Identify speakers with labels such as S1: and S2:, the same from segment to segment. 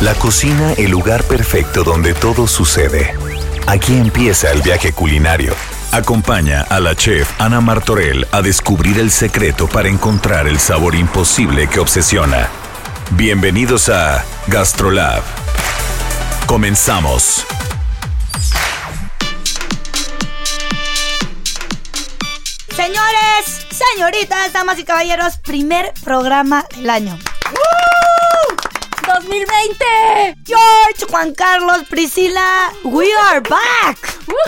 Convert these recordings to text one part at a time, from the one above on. S1: La cocina, el lugar perfecto donde todo sucede. Aquí empieza el viaje culinario. Acompaña a la chef Ana Martorell a descubrir el secreto para encontrar el sabor imposible que obsesiona. Bienvenidos a Gastrolab. Comenzamos.
S2: Señores, señoritas, damas y caballeros, primer programa del año.
S3: ¡2020!
S2: George, Juan Carlos, Priscila, we are back.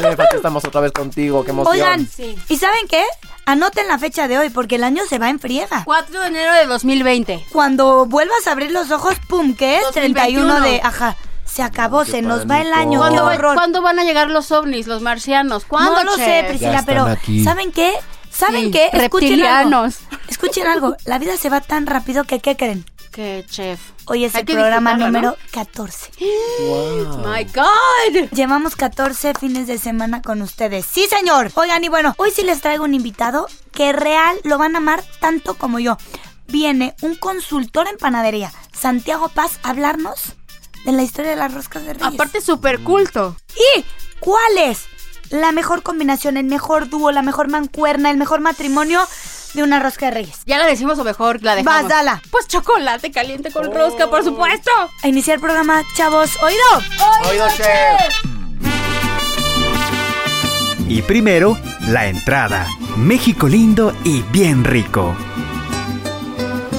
S4: Jefa, que estamos otra vez contigo, qué emoción.
S2: Oigan,
S3: Sí.
S2: ¿y saben qué? Anoten la fecha de hoy porque el año se va en friega.
S3: 4 de enero de 2020.
S2: Cuando vuelvas a abrir los ojos, pum, que es 31 de, ajá, se acabó, se nos va el año, qué
S3: ¿Cuándo, va-
S2: horror.
S3: cuándo van a llegar los ovnis, los marcianos? ¿Cuándo,
S2: no lo sé,
S3: chef?
S2: Priscila, pero
S4: aquí.
S2: ¿saben qué? ¿Saben
S3: Sí,
S2: qué? Escuchen algo.
S3: reptilianos.
S2: Escuchen algo. La vida se va tan rápido que ¿qué creen?
S3: ¿Qué, chef?
S2: Hoy es
S3: Hay
S2: el
S3: que
S2: programa
S3: disfrutarlo,
S2: número
S3: ¿no?
S2: 14.
S3: ¡My God!
S2: Llevamos 14 fines de semana con ustedes. Sí, señor. Oigan, y bueno, hoy sí les traigo un invitado que real lo van a amar tanto como yo. Viene un consultor en panadería, Santiago Paz, a hablarnos de la historia de las roscas de Reyes.
S3: Aparte, súper culto.
S2: ¿y cuál es la mejor combinación, el mejor dúo, la mejor mancuerna, el mejor matrimonio de una rosca de Reyes?
S3: ¿Ya la decimos o mejor la dejamos?
S2: Vas, dala.
S3: Pues chocolate caliente con rosca, por supuesto.
S2: A iniciar el programa, chavos. Oído.
S4: Oído, chef.
S5: Y primero, la entrada. México lindo y bien rico.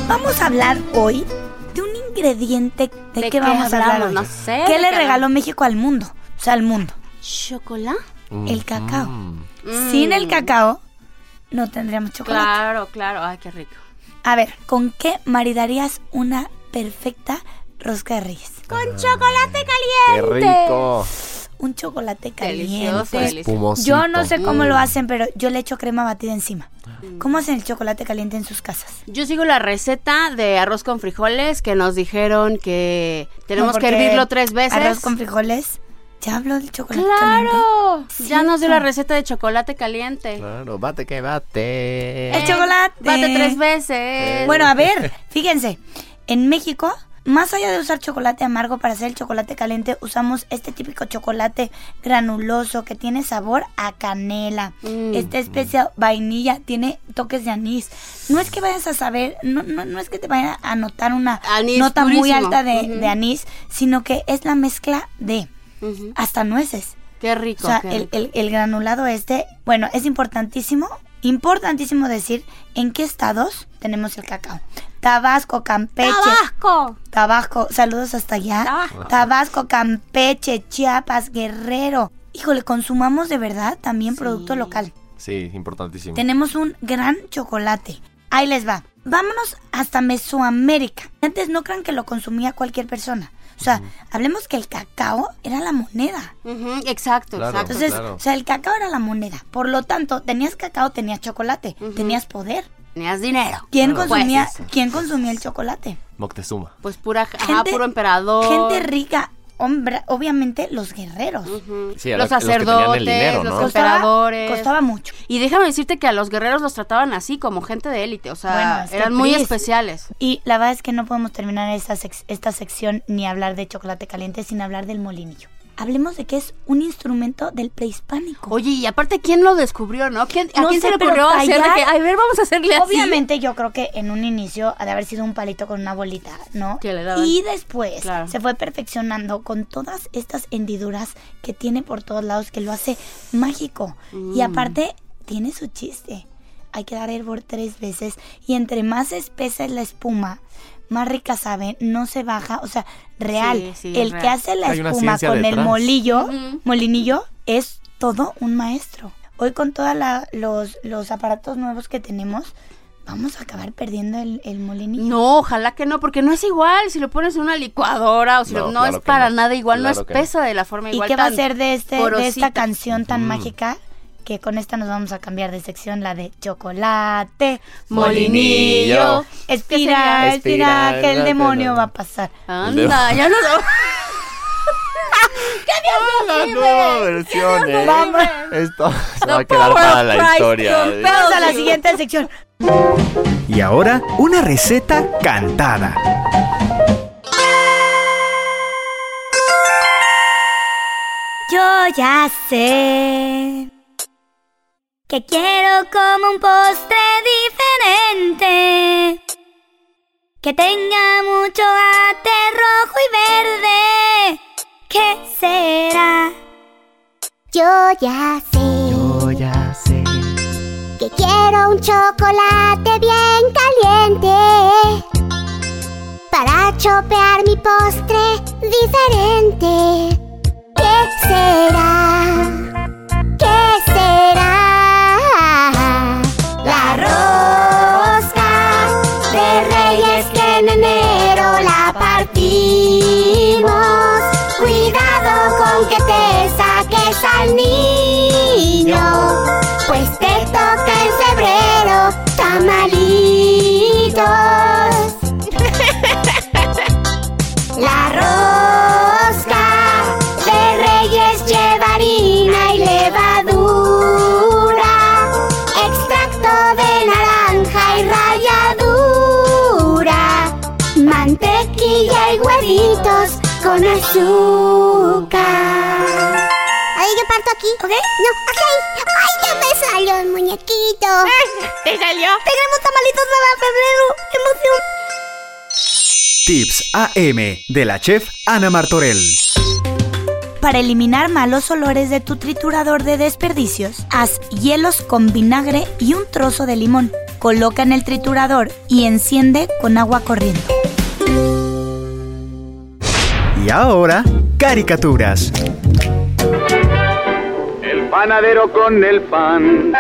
S2: Vamos a hablar hoy de un ingrediente de,
S3: ¿De
S2: qué
S3: qué
S2: vamos a hablar
S3: hablamos?
S2: hoy?
S3: No sé,
S2: ¿Qué
S3: de
S2: le
S3: qué
S2: regaló México al mundo? O sea, al mundo.
S3: ¿Chocolate?
S2: El cacao. Sin el cacao no tendríamos chocolate.
S3: Mm. Claro, claro. Ay, qué rico.
S2: A ver, ¿con qué maridarías una perfecta rosca de reyes?
S3: Con chocolate
S4: Qué rico.
S2: Un chocolate
S3: Delicioso,
S2: caliente.
S3: delicioso.
S4: Espumosito.
S2: Yo no sé cómo lo hacen, pero yo le echo crema batida encima.
S3: Mm.
S2: ¿Cómo hacen el chocolate caliente en sus casas?
S3: Yo sigo la receta de arroz con frijoles que nos dijeron que tenemos
S2: No,
S3: que
S2: porque
S3: hervirlo tres veces.
S2: Arroz con frijoles. Ya hablo del chocolate caliente.
S3: ¡Claro! Ya nos dio la
S2: Cierto.
S3: receta de chocolate caliente.
S4: Claro, bate que bate.
S2: El chocolate.
S3: Bate tres veces.
S2: Bueno, a ver, fíjense, en México, más allá de usar chocolate amargo para hacer el chocolate caliente, usamos este típico chocolate granuloso que tiene sabor a canela.
S3: Mm.
S2: Esta especie vainilla tiene toques de anís. No es que vayas a saber, no, no, no es que te vayan a notar una
S3: Anís
S2: nota muy
S3: purísimo.
S2: alta de,
S3: Ujú.
S2: de anís, sino que es la mezcla de
S3: Ujú.
S2: hasta nueces.
S3: Qué
S2: O
S3: rico.
S2: sea,
S3: qué
S2: el,
S3: rico.
S2: el- el granulado este, bueno, es importantísimo, importantísimo decir en qué estados tenemos el cacao. Tabasco, Campeche.
S3: ¡Tabasco!
S2: Tabasco, saludos hasta allá.
S3: Tabasco.
S2: Tabasco, Campeche, Chiapas, Guerrero. Híjole, consumamos de verdad también producto local.
S4: Sí, importantísimo.
S2: Tenemos un gran chocolate. Ahí les va. Vámonos hasta Mesoamérica. Antes no crean que lo consumía cualquier persona. O sea, hablemos que el cacao era la moneda.
S3: Ujú, Exacto,
S4: Claro.
S3: exacto.
S2: Entonces,
S4: claro.
S2: o sea, el cacao era la moneda. Por lo tanto, tenías cacao, tenías chocolate, tenías poder.
S3: Tenías dinero.
S2: ¿Quién
S3: Claro.
S2: consumía,
S3: Pues,
S2: quién consumía el chocolate?
S4: Moctezuma.
S3: pues pura, ajá, puro emperador.
S2: Gente rica, hombre, obviamente los guerreros.
S4: Sí, a
S3: los
S4: la- los que tenían el
S3: sacerdotes, los,
S4: dinero, ¿no?
S2: Costaba-
S3: emperadores.
S2: Costaba mucho.
S3: Y déjame decirte que a los guerreros los trataban así, como gente de élite. O sea,
S2: Bueno, es que
S3: eran muy
S2: Pris-
S3: especiales.
S2: Y la verdad es que no podemos terminar esta, sec- esta sección ni hablar de chocolate caliente sin hablar del molinillo. Hablemos de que es un instrumento del prehispánico.
S3: Oye, y aparte, ¿quién lo descubrió, no? ¿Quién- ¿A
S2: No
S3: quién
S2: sé,
S3: se le
S2: pero
S3: ocurrió hacer de
S2: tallar-
S3: que, "Ay, a ver, vamos a hacerle así?
S2: Obviamente yo creo que en un inicio ha de haber sido un palito con una bolita, ¿no?
S3: Que le daban.
S2: Y después
S3: Claro.
S2: se fue perfeccionando con todas estas hendiduras que tiene por todos lados que lo hace mágico.
S3: Mm.
S2: Y aparte tiene su chiste. Hay que dar el hervor tres veces y entre más espesa es la espuma, más rica sabe, no se baja, o sea, real.
S3: Sí, sí,
S2: el
S3: real.
S2: que hace la
S4: Hay una
S2: espuma
S4: ciencia
S2: con el
S4: detrás.
S2: molillo, molinillo, es todo un maestro. Hoy con todos los, los aparatos nuevos que tenemos, Vamos a acabar perdiendo el, el molinillo.
S3: No, ojalá que no, porque no es igual si lo pones en una licuadora o si
S4: No,
S3: lo- no,
S4: claro
S3: es
S4: que
S3: para
S4: no.
S3: nada igual, no
S4: Claro que no.
S3: espesa de la forma
S2: ¿Y
S3: igual.
S2: qué va a
S3: tan
S2: ser de, este, de
S3: porosita.
S2: esta canción tan mágica? Que con esta nos vamos a cambiar de sección, la de chocolate,
S3: Molinillo.
S2: Espira,
S4: ¿Qué sería?
S2: espira, que el
S4: Espiral,
S2: demonio
S4: no.
S2: va a pasar.
S3: Anda, ya no lo.
S4: La nueva versión, ¿eh?
S2: Vamos.
S4: Esto se va
S3: The
S4: a quedar
S3: power
S4: para
S3: of
S4: la
S3: Christ
S4: historia.
S3: compels
S4: ¿eh?
S2: Vamos a la
S3: you.
S2: siguiente sección.
S5: Y ahora, una receta cantada.
S2: Yo ya sé que quiero como un postre diferente, que tenga mucho ate rojo y verde. ¿Qué será?
S6: Yo ya sé. Que quiero un chocolate bien caliente. Para chopear mi postre diferente. ¿Qué será? ¿Qué será? La rosca de reyes que en enero la partimos. Cuidado con que te saques al niño, pues te toca en febrero tamalitos. La rosca de Reyes lleva harina y levadura, extracto de naranja y ralladura, mantequilla y huevitos con azúcar. Ay, yo parto aquí, ¿ok? No, ok. Ay, ya me salió el muñequito.
S3: ¿Te salió?
S6: Tenemos tamalitos para febrero. Emoción.
S5: Tips AM de la chef Ana Martorell.
S2: Para eliminar malos olores de tu triturador de desperdicios, haz hielos con vinagre y un trozo de limón. Coloca en el triturador y enciende con agua corriente.
S5: Y ahora, caricaturas.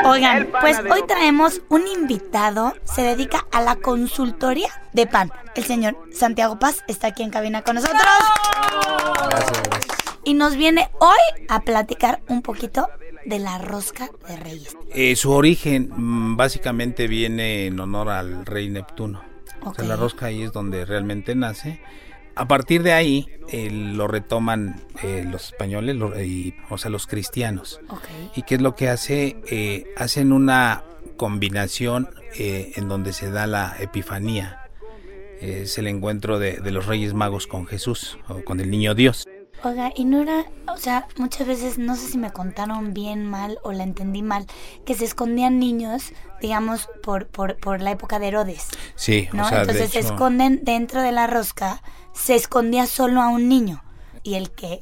S2: Oigan, pues hoy traemos un invitado, se dedica a la consultoría de pan. El señor Santiago Paz está aquí en cabina con nosotros. Y nos viene hoy a platicar un poquito de la rosca de reyes.
S7: Eh, su origen mm, básicamente viene en honor al rey Neptuno. O sea,
S2: Ok.
S7: la rosca ahí es donde realmente nace. A partir de ahí eh, lo retoman eh, los españoles, lo- y, o sea, los cristianos.
S2: Ok.
S7: ¿Y qué es lo que hace? Eh, hacen una combinación eh, en donde se da la epifanía. Es el encuentro de, de los reyes magos con Jesús o con el niño Dios.
S2: Oiga, y no era, o sea, muchas veces no sé si me contaron bien mal o la entendí mal, que se escondían niños, digamos, por, por, por la época de Herodes,
S7: Sí,
S2: ¿no?
S7: o sea, de
S2: Entonces se
S7: hecho-
S2: esconden dentro de la rosca, se escondía solo a un niño y el que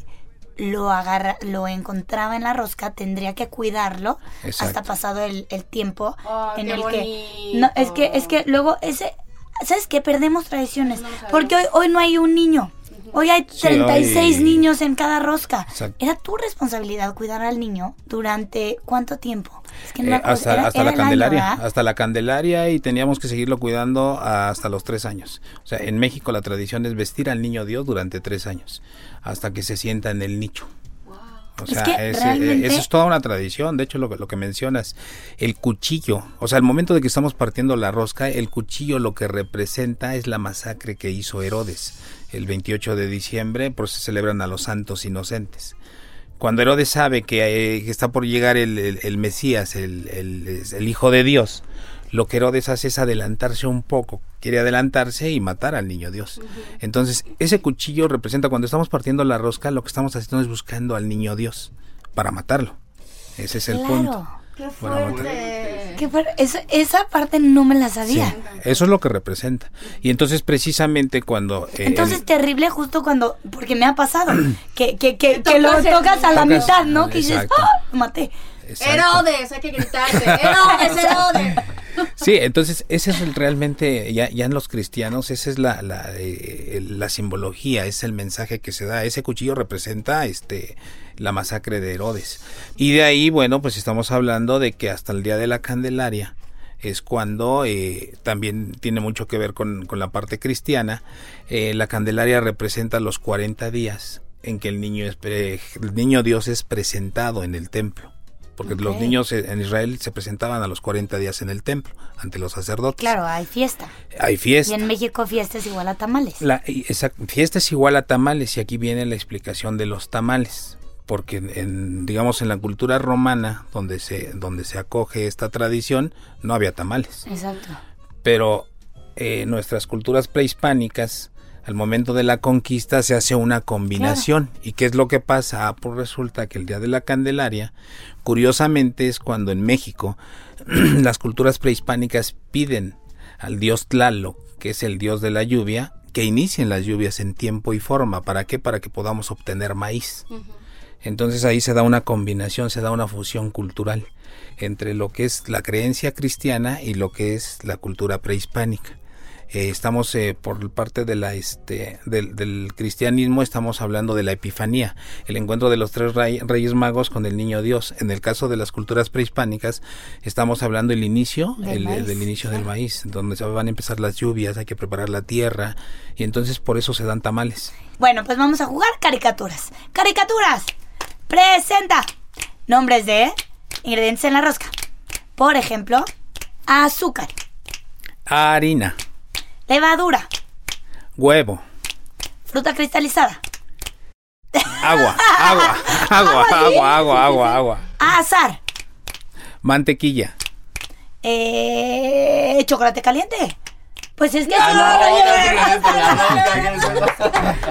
S2: lo agarra, lo encontraba en la rosca tendría que cuidarlo hasta
S7: Exacto.
S2: pasado el, el tiempo
S3: Oh,
S2: en
S3: qué
S2: el que no es que es que luego ese sabes qué? perdemos tradiciones porque hoy hoy no hay un niño hoy hay
S7: Sí,
S2: 36
S7: hoy-
S2: niños en cada rosca
S7: Exacto.
S2: era tu responsabilidad cuidar al niño durante cuánto tiempo Es que no
S7: Eh,
S2: me acuerdo,
S7: hasta
S2: era-
S7: hasta
S2: era
S7: la
S2: el año,
S7: Candelaria,
S2: ¿verdad?
S7: hasta la Candelaria y teníamos que seguirlo cuidando hasta los tres años. O sea, en México la tradición es vestir al niño Dios durante tres años, hasta que se sienta en el nicho. O
S2: Es
S7: sea,
S2: que
S7: ese- eh,
S2: realmente-
S7: eso es toda una tradición. De hecho, lo, que- lo que mencionas, el cuchillo. O sea, al momento de que estamos partiendo la rosca, el cuchillo lo que representa es la masacre que hizo Herodes. El 28 de diciembre, pues se celebran a los santos inocentes cuando Herodes sabe que, eh, que está por llegar el, el- el Mesías, el, el- el Hijo de Dios, lo que Herodes hace es adelantarse un poco, quiere adelantarse y matar al niño Dios. Entonces, ese cuchillo representa cuando estamos partiendo la rosca, lo que estamos haciendo es buscando al niño Dios para matarlo. Ese es el
S2: Claro.
S7: punto.
S3: Qué
S7: Para matar-
S3: fuerte.
S2: Qué fuerte. Esa- esa parte no me la
S7: Sí,
S2: sabía
S7: eso es lo que representa. Y entonces, precisamente cuando. eh,
S2: Entonces,
S7: el-
S2: terrible justo cuando, porque me ha pasado, que, que, que,
S3: Que
S2: que lo
S3: tocas el-
S2: tocas a la
S7: Tocas,
S2: mitad, ¿no? Que dices,
S7: exacto.
S2: ¡ah! lo maté.
S7: Exacto.
S3: Herodes, hay que gritarte. Herodes, Herodes.
S7: Sí, entonces ese es el realmente, ya, ya en los cristianos, esa es la, la, eh, el- la simbología, es el mensaje que se da. Ese cuchillo representa este la masacre de Herodes. Y de ahí, bueno, pues estamos hablando de que hasta el día de la Candelaria es cuando eh, también tiene mucho que ver con, con la parte cristiana. Eh, la Candelaria representa los 40 días en que el niño, es pre- el niño Dios es presentado en el templo. Porque los
S2: Ok.
S7: niños eh, en Israel se presentaban a los 40 días en el templo, ante los sacerdotes.
S2: Claro, hay fiesta.
S7: Hay fiesta.
S2: Y en México fiesta es igual a tamales.
S7: La y esa fiesta es igual a tamales y aquí viene la explicación de los tamales, porque en, en, digamos en la cultura romana donde se donde se acoge esta tradición no había tamales,
S2: Exacto.
S7: pero eh, nuestras culturas prehispánicas al momento de la conquista se hace una combinación y qué es lo que pasa, Ah, pues resulta que el día de la Candelaria curiosamente es cuando en México las culturas prehispánicas piden al dios Tlaloc, que es el dios de la lluvia, que inicien las lluvias en tiempo y forma. ¿Para qué? Para que podamos obtener maíz. Entonces ahí se da una combinación, se da una fusión cultural entre lo que es la creencia cristiana y lo que es la cultura prehispánica. Eh, estamos eh, por parte de la este del, del cristianismo estamos hablando de la epifanía el encuentro de los tres rey- reyes magos con el niño dios en el caso de las culturas prehispánicas estamos hablando del inicio
S2: Del
S7: el-
S2: maíz,
S7: del inicio del maíz donde se van a empezar las lluvias hay que preparar la tierra y entonces por eso se dan tamales
S2: Bueno, pues vamos a jugar caricaturas. Caricaturas. Presenta. Nombres de ingredientes en la rosca. Por ejemplo, azúcar,
S7: harina
S2: levadura,
S7: huevo
S2: fruta cristalizada,
S7: agua agua agua agua agua agua agua
S2: azar,
S7: mantequilla
S2: eh, chocolate caliente. Pues es que
S7: Ah,
S2: eso no, lo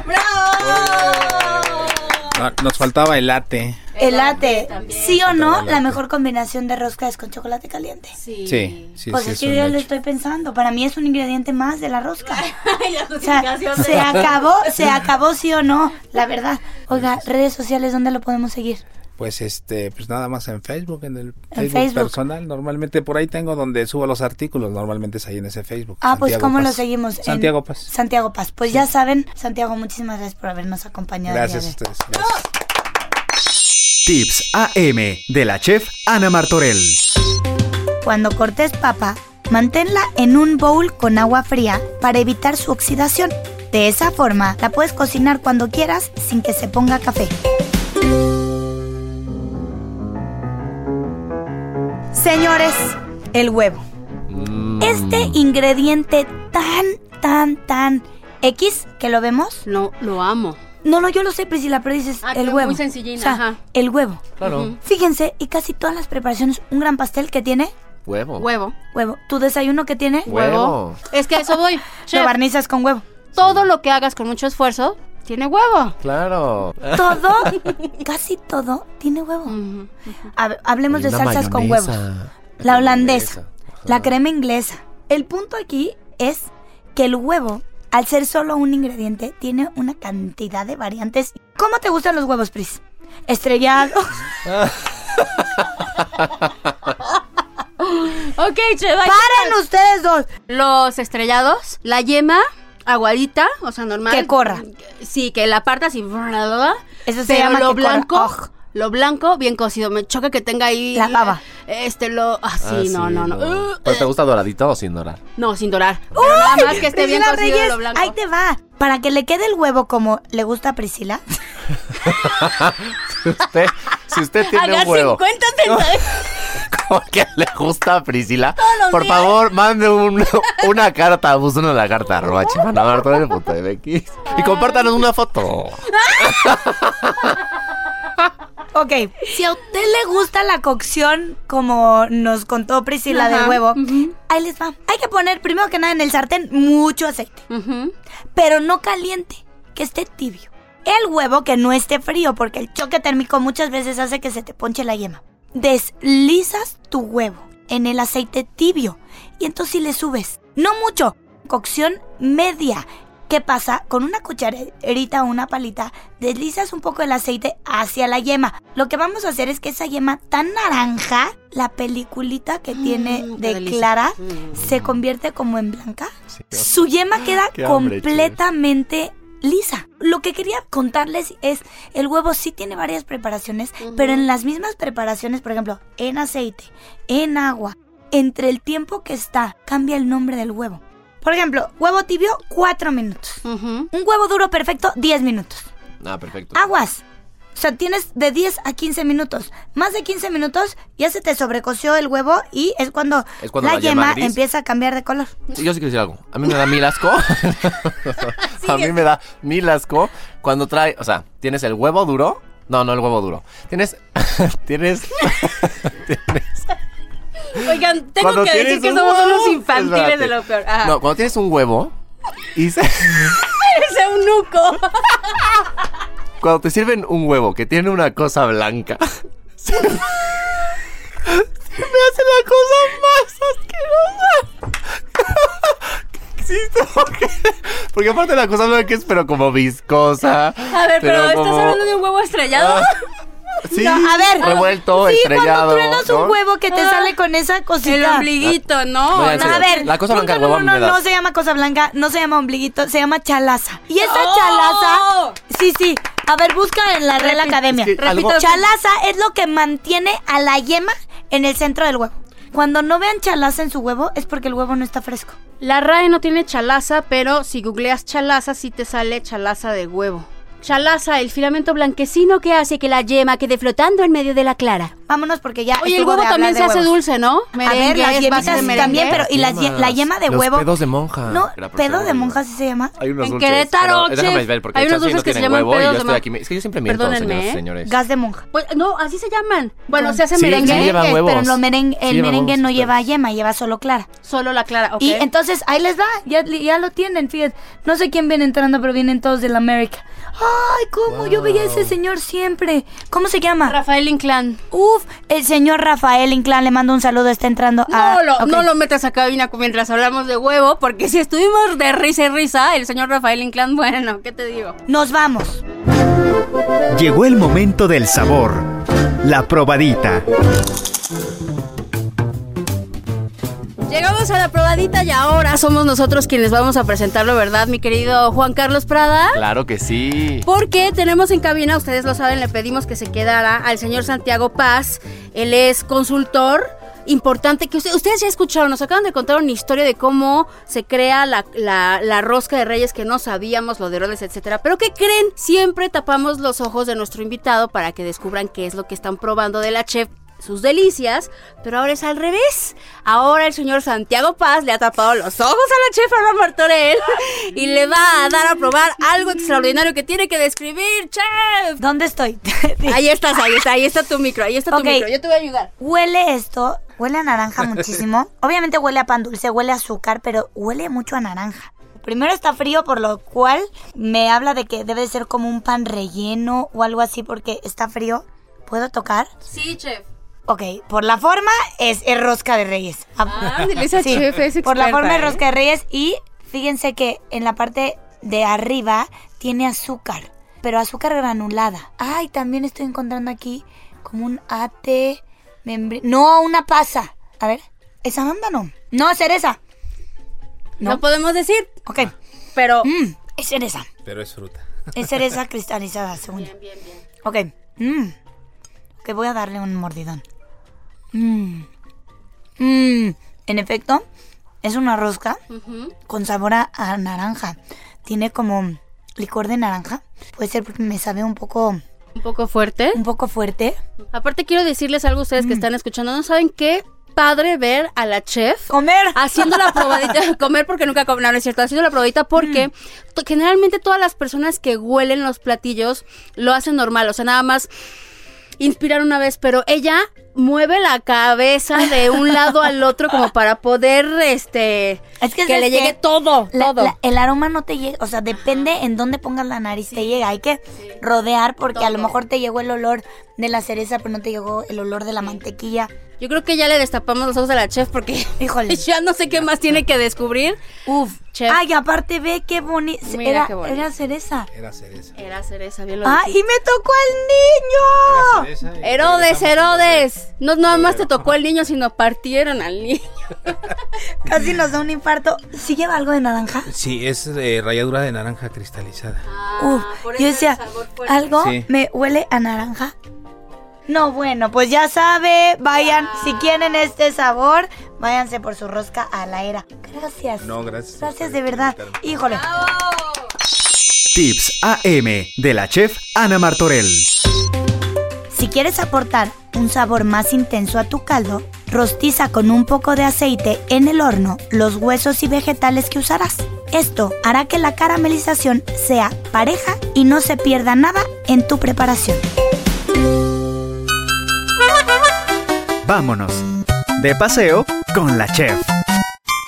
S2: ¡Bravo!
S7: No, nos faltaba el late
S2: El latte. ¿Sí o no?
S7: Chocolate.
S2: La mejor combinación de rosca es con chocolate caliente.
S3: Sí.
S7: sí sí
S2: Pues
S7: sí,
S2: es
S7: es
S2: que
S7: un
S2: yo ya lo
S7: hecho.
S2: estoy pensando. Para mí es un ingrediente más de la rosca.
S3: Ay, la
S2: O sea,
S3: justificación de-
S2: se acabó, se acabó sí o no, la verdad. Oiga, redes sociales, ¿dónde lo podemos seguir?
S7: Pues este, pues nada más en Facebook, en el Facebook,
S2: Facebook.
S7: personal. Normalmente por ahí tengo donde subo los artículos, normalmente es ahí en ese Facebook.
S2: Ah, pues
S7: Santiago
S2: ¿cómo lo
S7: Paz.
S2: seguimos? En
S7: Santiago Paz.
S2: Santiago Paz. Pues ya saben, Santiago, muchísimas gracias por habernos acompañado. el día
S7: Gracias a
S2: de hoy.
S7: ustedes. gracias.
S5: Tips AM de la chef Ana Martorell.
S2: Cuando cortes papa, manténla en un bowl con agua fría para evitar su oxidación. De esa forma, la puedes cocinar cuando quieras sin que se ponga café. Señores, el huevo. Este ingrediente tan, tan, tan X que lo vemos.
S3: Lo, lo amo.
S2: No, no, yo lo sé, Priscila, pero dices
S3: Ah,
S2: el
S3: que
S2: huevo.
S3: muy sencillina,
S2: O sea,
S3: ajá.
S2: el huevo.
S4: Claro.
S2: Fíjense, y casi todas las preparaciones, un gran pastel que tiene
S4: Huevo.
S3: Huevo.
S2: Huevo. ¿Tu desayuno qué tiene?
S4: Huevo.
S3: Es que a eso voy.
S2: Lo
S3: Chef,
S2: barnizas con huevo.
S3: todo lo que hagas con mucho esfuerzo tiene huevo.
S4: Claro.
S3: Ah.
S2: Todo, casi todo tiene huevo.
S3: Ujú.
S2: A ver, hablemos de
S4: Una
S2: salsas con huevos.
S4: mayonesa.
S2: La holandesa,
S4: Ajá.
S2: la crema inglesa. El punto aquí es que el huevo, al ser solo un ingrediente, tiene una cantidad de variantes. ¿Cómo te gustan los huevos, Pris? Estrellados.
S3: Ok, chef. ahí-
S2: ¡Paren ustedes dos!
S3: Los estrellados, la yema aguadita, o sea, normal.
S2: Que corra.
S3: Sí, que la parte así.
S2: Eso
S3: Eso
S2: se llama
S3: lo
S2: que corra.
S3: blanco.
S2: Oj.
S3: Lo blanco bien cocido. Me choca que tenga ahí.
S2: La baba.
S3: Este, lo. Así,
S4: Ah, sí,
S3: no, no, no. Uh,
S4: ¿Pero te gusta doradito o sin dorar?
S3: no, sin dorar. Pero nada más que esté bien
S2: Priscila
S3: cocido
S2: Reyes,
S3: lo blanco.
S2: ahí te va. Para que le quede el huevo como le gusta a Priscila.
S4: Usted, si usted tiene
S3: Haga
S4: un huevo
S3: 50 centavos.
S4: como que le gusta a Priscila,
S3: los
S4: por
S3: días.
S4: favor, mande un- una carta, busquen una carta, arroba chimanabartolomé.mx y compártanos una foto.
S2: Ok, si a usted le gusta la cocción, como nos contó Priscila
S3: Ajá,
S2: del huevo,
S3: ujú.
S2: ahí les va. Hay que poner primero que nada en el sartén mucho aceite,
S3: Ujú.
S2: pero no caliente, que esté tibio. El huevo que no esté frío, porque el choque térmico muchas veces hace que se te ponche la yema. Deslizas tu huevo en el aceite tibio y entonces sí le subes. No mucho, cocción media. ¿Qué pasa? Con una cucharita o una palita deslizas un poco el aceite hacia la yema. Lo que vamos a hacer es que esa yema tan naranja, la peliculita que tiene
S3: Mm, qué
S2: de
S3: delicia.
S2: clara,
S3: Mm.
S2: se convierte como en blanca. Su yema queda
S4: Qué hambre,
S2: completamente lisa. Lo que quería contarles es, el huevo sí tiene varias preparaciones, pero en las mismas preparaciones, por ejemplo, en aceite, en agua, entre el tiempo que está, cambia el nombre del huevo. Por ejemplo, huevo tibio, 4 minutos.
S3: Ujú.
S2: Un huevo duro perfecto, 10 minutos.
S4: Ah, perfecto.
S2: Aguas. O sea, tienes de 10 a 15 minutos. Más de 15 minutos ya se te sobrecoció el huevo y es cuando,
S4: Es cuando
S2: la
S4: la yema
S2: yema
S4: gris.
S2: empieza a cambiar de color.
S4: Sí, Yo sí quiero decir algo. A mí me da mil asco. a mí me da mil asco cuando trae, o sea, tienes el huevo duro. No, no el huevo duro. Tienes, tienes,
S3: Oigan, tengo
S4: cuando
S3: que decir
S4: tienes
S3: que
S4: un
S3: somos
S4: huevo-
S3: unos infantiles
S4: Espérate.
S3: de lo peor. Ajá.
S4: No, cuando tienes un huevo y se-
S3: Eres eunuco.
S4: cuando te sirven un huevo que tiene una cosa blanca, se, se me hace la cosa más asquerosa que existe. Porque, porque aparte la cosa blanca es pero como viscosa.
S3: A ver, pero, ¿estás
S4: como- Ah.
S3: hablando de un huevo estrellado?
S4: Sí,
S2: No, a ver.
S4: revuelto,
S2: sí,
S4: estrellado.
S2: cuando truenas
S4: ¿no?
S2: un huevo que te
S3: Ah.
S2: sale con esa
S3: El
S2: cosita.
S3: ombliguito, ¿no?
S4: Bueno, en
S2: No,
S4: serio,
S2: a ver,
S4: la cosa blanca del
S2: punto
S4: huevo a mí
S2: número
S4: me da
S2: uno, no se llama cosa blanca, no se llama ombliguito, se llama chalaza. Y esa
S3: ¡Oh!
S2: chalaza, sí, sí, a ver, busca en la Real Academia.
S4: es que algo-
S2: Chalaza es lo que mantiene a la yema en el centro del huevo. Cuando no vean chalaza en su huevo es porque el huevo no está fresco.
S3: La RAE no tiene chalaza, pero si googleas chalaza sí te sale chalaza de huevo. Chalaza, el filamento blanquecino que hace que la yema quede flotando en medio de la clara.
S2: Vámonos porque ya
S3: Oye, el
S2: estuvo
S3: huevo
S2: de hablar
S3: también
S2: de
S3: se hace
S2: huevos.
S3: dulce, ¿no?
S2: A ver,
S3: Merengue,
S2: las
S3: es base de
S2: yemitas
S3: merengue.
S2: también, pero y las ye- la yema de
S4: Los
S2: huevo.
S4: pedos de monja.
S2: No,
S4: Era por
S2: pedo de
S4: seguro,
S2: monja
S4: iba.
S2: sí se llama.
S4: Hay unos
S3: En
S4: dulces,
S3: Querétaro,
S4: pero- eh, déjame
S3: chef,
S4: ver, porque
S3: hay
S4: el
S3: unos
S4: chef sí
S3: dulces que se
S4: tienen
S3: llaman
S4: huevo y
S3: pedos
S4: yo
S3: de
S4: estoy
S3: mon-
S4: aquí. Es que yo siempre invento,
S3: Perdónenme,
S4: señores,
S3: ¿eh?
S4: señores.
S2: Gas de monja.
S3: Pues no, así se llaman. Bueno, se hace
S4: Sí,
S3: merengue,
S4: sí lleva
S3: que-
S4: huevos.
S2: Pero en lo meren- el
S4: Sí lleva
S2: merengue
S4: huevos,
S2: no
S4: pero-
S2: lleva yema, lleva solo clara.
S3: solo la clara, ¿ok?
S2: Y entonces ahí les va, ya, ya lo tienen, fíjate. No sé quién viene entrando, pero vienen todos de la América. Ay, cómo yo veía a ese señor siempre. ¿Cómo se llama?
S3: Rafael Inclán.
S2: Uf, el señor Rafael Inclán le mando un saludo, está entrando
S3: No,
S2: a-
S3: lo,
S2: ok.
S3: no lo metas a cabina mientras hablamos de huevo, porque si estuvimos de risa y risa, el señor Rafael Inclán, bueno, ¿qué te digo?
S2: Nos vamos.
S5: Llegó el momento del sabor. La probadita.
S3: Llegamos a la probadita y ahora somos nosotros quienes vamos a presentarlo, ¿verdad, mi querido Juan Carlos Prada?
S4: Claro que sí.
S3: Porque tenemos en cabina, ustedes lo saben, le pedimos que se quedara al señor Santiago Paz. Él es consultor importante que usted- ustedes ya escucharon, nos acaban de contar una historia de cómo se crea la, la- la rosca de reyes que no sabíamos, lo de Herodes, etcétera. Pero ¿qué creen? Siempre tapamos los ojos de nuestro invitado para que descubran qué es lo que están probando de la chef sus delicias, pero ahora es al revés. Ahora el señor Santiago Paz le ha tapado los ojos a la chef Ana Martorell y le va a dar a probar algo extraordinario que tiene que describir, chef.
S2: ¿Dónde estoy?
S3: Ahí estás, ahí está, ahí está tu micro, ahí está tu
S2: Ok.
S3: micro, yo te voy a ayudar.
S2: Huele esto, huele a naranja muchísimo. Obviamente huele a pan dulce, huele a azúcar, pero huele mucho a naranja. Primero está frío, por lo cual me habla de que debe ser como un pan relleno o algo así porque está frío. ¿Puedo tocar?
S3: Sí, chef.
S2: Ok, por la forma es, es rosca de reyes.
S3: Ah, ándale, esa chef es
S2: Por la
S3: experta,
S2: forma
S3: ¿eh?
S2: es rosca de reyes y fíjense que en la parte de arriba tiene azúcar, pero azúcar granulada. Ay, también estoy encontrando aquí como un ate, membri- no, una pasa. A ver, es arándano. No, es cereza.
S3: No,
S2: No.
S3: podemos decir,
S2: Ok,
S3: pero
S2: mm, es cereza.
S7: Pero es fruta.
S2: Es cereza cristalizada, según yo. Ok. Mm. Ok, voy a darle un mordidón. Mm. Mm. En efecto, es una rosca con sabor a, a naranja. Tiene como licor de naranja. Puede ser porque me sabe un poco,
S3: un poco fuerte.
S2: un poco fuerte.
S3: Aparte quiero decirles algo a ustedes que están escuchando, no saben qué padre ver a la chef
S2: Comer.
S3: haciendo la probadita, comer porque nunca comen, no, no es cierto, haciendo la probadita porque
S2: Mm.
S3: to- generalmente todas las personas que huelen los platillos lo hacen normal, o sea, nada más inspirar una vez, pero ella mueve la cabeza de un lado al otro como para poder, este,
S2: Es que,
S3: que
S2: ¿sabes
S3: le llegue
S2: qué?
S3: todo,
S2: La-
S3: todo.
S2: la- el aroma no te llega, o sea, depende en dónde pongas la nariz te llega. Hay que rodear porque a lo mejor te llegó el olor de la cereza, pero no te llegó el olor de la mantequilla.
S3: Yo creo que ya le destapamos los ojos a la chef porque
S2: Híjole.
S3: ya no sé qué más tiene que descubrir.
S2: Uf,
S3: Chef.
S2: Ay, aparte ve qué bonito.
S3: Mira
S2: Era,
S3: qué bonito.
S2: era cereza.
S7: Era cereza.
S3: Era cereza, bien lo
S2: Ah,
S3: dijiste.
S2: y me tocó al niño.
S7: Cereza y-
S3: Herodes, Herodes. No nada más te tocó el niño, sino partieron al niño.
S2: Casi nos da un infarto. ¿Sí lleva algo de naranja?
S7: Sí, es eh, ralladura de naranja
S3: Ah,
S7: cristalizada.
S2: Uf, yo decía, algo
S7: Sí.
S2: me huele a naranja. No, bueno, pues ya sabe, vayan,
S3: Ah.
S2: si quieren este sabor, váyanse por su rosca a la era. Gracias.
S7: No, gracias a
S2: Gracias
S7: ustedes
S2: de
S7: por
S2: verdad.
S7: invitarme.
S2: Híjole.
S5: Tips AM de la chef Ana Martorell.
S2: Si quieres aportar un sabor más intenso a tu caldo, rostiza con un poco de aceite en el horno los huesos y vegetales que usarás. Esto hará que la caramelización sea pareja y no se pierda nada en tu preparación.
S5: Vámonos. De paseo con la chef.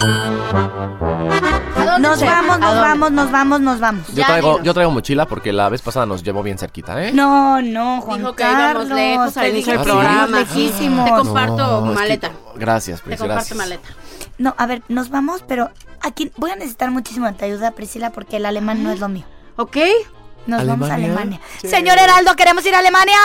S3: ¿A dónde,
S2: Nos
S3: chef?
S2: vamos,
S3: ¿A
S2: nos
S3: dónde?
S2: vamos, nos vamos, nos vamos.
S4: Yo
S3: Ya,
S4: traigo,
S3: dinos.
S4: yo traigo mochila porque la vez pasada nos llevó bien cerquita, ¿eh?
S2: No, no, Juan
S3: Dijo que
S2: Carlos.
S3: íbamos lejos al
S2: te
S3: inicio del
S2: dije que íbamos
S3: programa.
S2: lejísimos.
S3: Te comparto
S4: No, es que-
S3: maleta.
S4: Gracias,
S3: Te
S4: Pris,
S3: comparto
S4: gracias.
S3: maleta.
S2: No, a ver, nos vamos, pero aquí voy a necesitar muchísimo de tu ayuda, Priscila, porque el alemán no es lo mío.
S3: ¿Ok?
S2: Nos vamos a
S4: ¿Alemania?
S2: Alemania. Señor Heraldo, queremos ir a Alemania.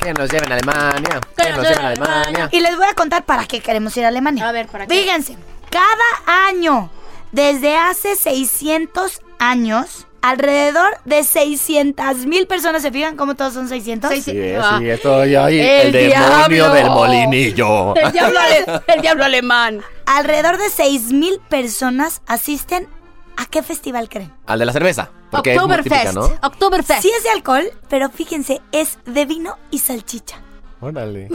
S4: Que nos lleven a Alemania. Que nos lleven a Alemania.
S2: Y les voy a contar para qué queremos ir a Alemania.
S3: A ver, ¿para qué?
S2: Fíjense, cada año, desde hace 600 años, alrededor de 600 mil personas, ¿se fijan cómo todos son 600?
S3: Seis-
S4: Sí,
S3: Ah.
S4: sí, estoy ahí.
S3: El
S4: El, demonio
S3: diablo.
S4: del molinillo.
S3: El diablo, ale- el diablo alemán.
S2: Alrededor de 6 mil personas asisten a qué festival creen.
S4: Al de la cerveza. Porque es muy típica,
S3: Oktoberfest.
S4: ¿no?
S3: Oktoberfest.
S2: Sí es de alcohol, pero fíjense, es de vino y salchicha.
S4: Órale.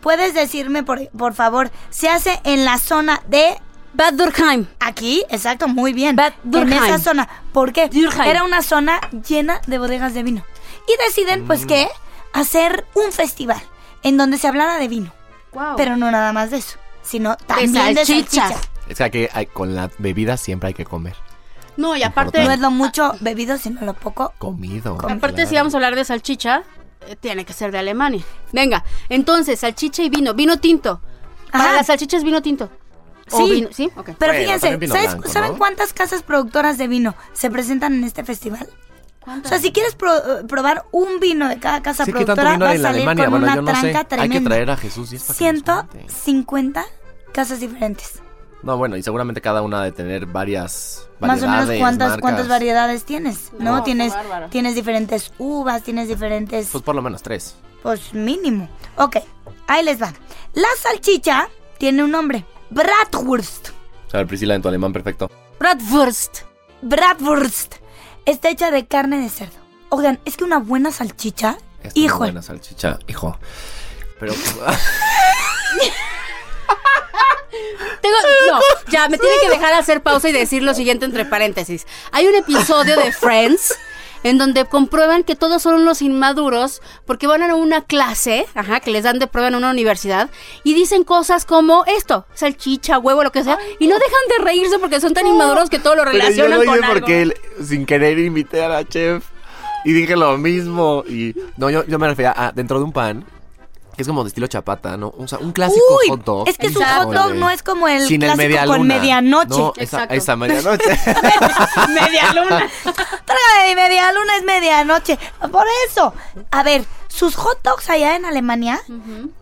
S2: ¿Puedes decirme, por, por favor, se hace en la zona de...
S3: Bad Durkheim.
S2: Aquí, exacto, muy bien.
S3: Bad
S2: en
S3: Dürkheim.
S2: esa zona. ¿Por qué?
S3: Dürkheim.
S2: Era una zona llena de bodegas de vino. Y deciden,
S4: Mm.
S2: pues, ¿qué? Hacer un festival en donde se hablara de vino.
S3: Wow.
S2: Pero no nada más de eso, sino también de
S3: Oh. salchichas.
S2: salchicha.
S4: Es que aquí hay- con la bebida siempre hay que comer.
S3: No, y aparte,
S2: No es lo mucho bebido, sino lo poco.
S4: Comido.
S3: aparte si
S4: claro.
S3: vamos a hablar de salchicha, eh, tiene que ser de Alemania. Venga, entonces, salchicha y vino. Vino tinto. Para
S2: Ajá.
S3: las salchichas, vino tinto. O
S2: Sí.
S3: vino- sí, ok.
S2: Pero
S4: Bueno,
S2: fíjense,
S4: también vino
S2: ¿sabes-
S4: blanco,
S2: ¿saben
S4: ¿no?
S2: cuántas casas productoras de vino se presentan en este festival? O sea, si quieres pro- eh, probar un vino de cada casa
S4: Sí, ¿qué tanto
S2: productora,
S4: vino
S2: vas
S4: hay
S2: a
S4: en
S2: salir
S4: Alemania?
S2: con
S4: Bueno,
S2: una
S4: yo no sé.
S2: tranca
S4: Hay que
S2: tremenda.
S4: traer a Jesús y es para que nos cuente.
S2: 150 casas diferentes.
S4: No, bueno, y seguramente cada una de tener varias
S2: Más o menos
S4: variedades,
S2: cuántas
S4: marcas.
S2: cuántas variedades tienes, ¿no?
S3: No, qué
S2: tienes
S3: bárbaro.
S2: tienes diferentes uvas, tienes diferentes
S4: Pues por lo menos tres.
S2: pues mínimo. Ok, ahí les va. La salchicha tiene un nombre, Bratwurst.
S4: A ver, Priscila, en tu alemán perfecto.
S3: Bratwurst.
S2: Bratwurst está hecha de carne de cerdo. Oigan, es que una buena salchicha,
S4: Es una
S2: hijo,
S4: buena salchicha, hijo. Pero
S3: Tengo, no, ya me tiene que dejar hacer pausa y decir lo siguiente entre paréntesis. Hay un episodio de Friends en donde comprueban que todos son unos inmaduros porque van a una clase, ajá, que les dan de prueba en una universidad y dicen cosas como esto, salchicha, huevo, lo que sea, y no dejan de reírse porque son tan inmaduros que todo lo relacionan con algo.
S4: él, sin querer invité a la chef y dije lo mismo. Y no, yo, yo me refería a dentro de un pan que es como de estilo chapata, ¿no? O sea, un clásico
S2: Uy,
S4: hot dog.
S2: es que su hot dog
S4: Híjole.
S2: no es como el
S4: Sin
S2: clásico con
S4: medialuna.
S2: medianoche.
S4: No, esa,
S3: Exacto.
S4: esa medianoche.
S3: Media luna.
S2: Trágame de media luna es medianoche. Por eso. A ver, sus hot dogs allá en Alemania,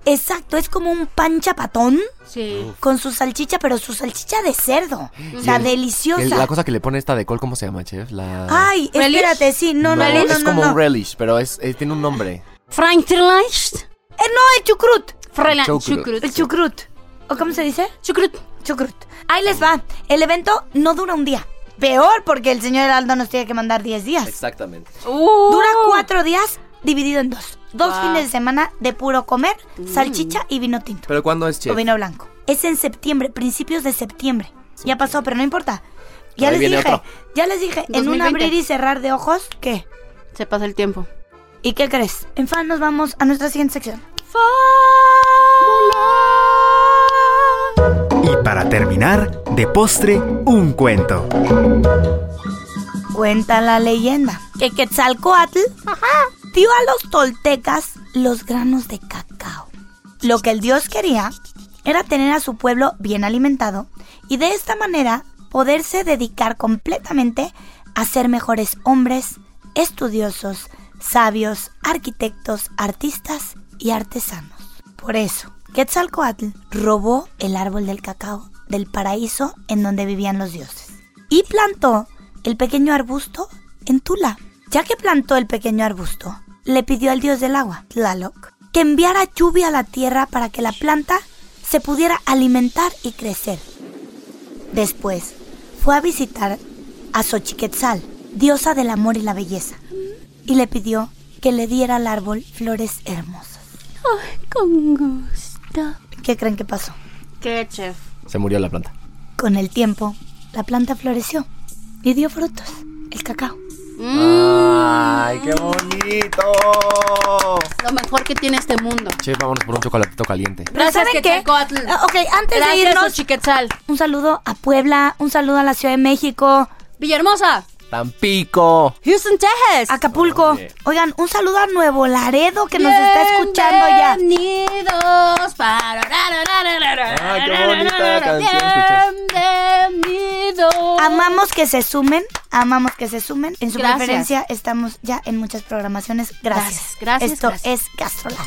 S2: exacto, es como un pan chapatón
S3: Sí.
S2: con su salchicha, pero su salchicha de cerdo. La
S4: Mm. el-
S2: deliciosa.
S4: El- la cosa que le pone esta de col, ¿cómo se llama, chef? La...
S2: Ay,
S3: ¿Relish?
S2: espérate, sí, Ah, no, no, no, no,
S4: es
S2: no,
S4: como
S2: no.
S4: un relish, pero es, eh, tiene un nombre.
S3: Frankfurtlish.
S2: Eh, no, el chucrut.
S3: Fräulein
S4: Chucrut.
S3: Chucrut.
S2: El chucrut. ¿O cómo se dice?
S3: Chucrut.
S2: Chucrut. Ahí les va. El evento no dura un día. Peor porque el señor Heraldo nos tiene que mandar 10 días.
S4: Exactamente.
S3: Uh.
S2: Dura 4 días dividido en dos. Dos
S3: Guau. Mm.
S2: fines de semana de puro comer, salchicha y vino tinto.
S4: ¿Pero cuándo es,
S2: O
S4: chef?
S2: vino blanco. Es en septiembre, principios de septiembre. Ya pasó, pero no importa. Ya
S4: Ahí
S2: les
S4: viene
S2: dije,
S4: otro.
S2: ya les dije, en un
S3: 2020.
S2: abrir y cerrar de ojos, ¿qué?
S3: Se pasa el tiempo.
S2: ¿Y qué crees? En fan nos vamos a nuestra siguiente sección.
S5: Y para terminar, de postre, un cuento.
S2: Cuenta la leyenda que Quetzalcoatl dio a los toltecas los granos de cacao. Lo que el dios quería era tener a su pueblo bien alimentado y de esta manera poderse dedicar completamente a ser mejores hombres, estudiosos, sabios, arquitectos, artistas y artesanos. Por eso, Quetzalcoatl robó el árbol del cacao del paraíso en donde vivían los dioses y plantó el pequeño arbusto en Tula. Ya que plantó el pequeño arbusto, le pidió al dios del agua, Tlaloc, que enviara lluvia a la tierra para que la planta se pudiera alimentar y crecer. Después, fue a visitar a Xochiquetzal, diosa del amor y la belleza, y le pidió que le diera al árbol flores hermosas.
S3: Ay, con gusto.
S2: ¿Qué creen que pasó?
S3: ¿Qué, chef?
S4: Se murió la planta.
S2: Con el tiempo, la planta floreció y dio frutos, el cacao.
S4: ¡Ay, qué bonito!
S3: Lo mejor que tiene este mundo.
S4: Che, vámonos por un chocolatito caliente.
S3: Gracias,
S2: ¿saben qué?
S3: Quetzalcóatl.
S2: Ah, ok, antes de
S3: Gracias,
S2: irnos,
S3: Xochiquetzal.
S2: un saludo a Puebla, un saludo a la Ciudad de México,
S3: Villahermosa.
S4: Tampico.
S3: Houston, Texas.
S2: Acapulco. Oigan, un saludo a Nuevo Laredo que nos está escuchando ya.
S3: Bienvenidos para. Ah,
S4: qué bonita canción escuchas.
S3: Bienvenidos.
S2: Amamos que se sumen, amamos que se sumen. En su
S3: Gracias.
S2: preferencia estamos ya en muchas programaciones. Gracias.
S3: Gracias, gracias,
S2: Esto
S3: gracias.
S2: es Gastrolab.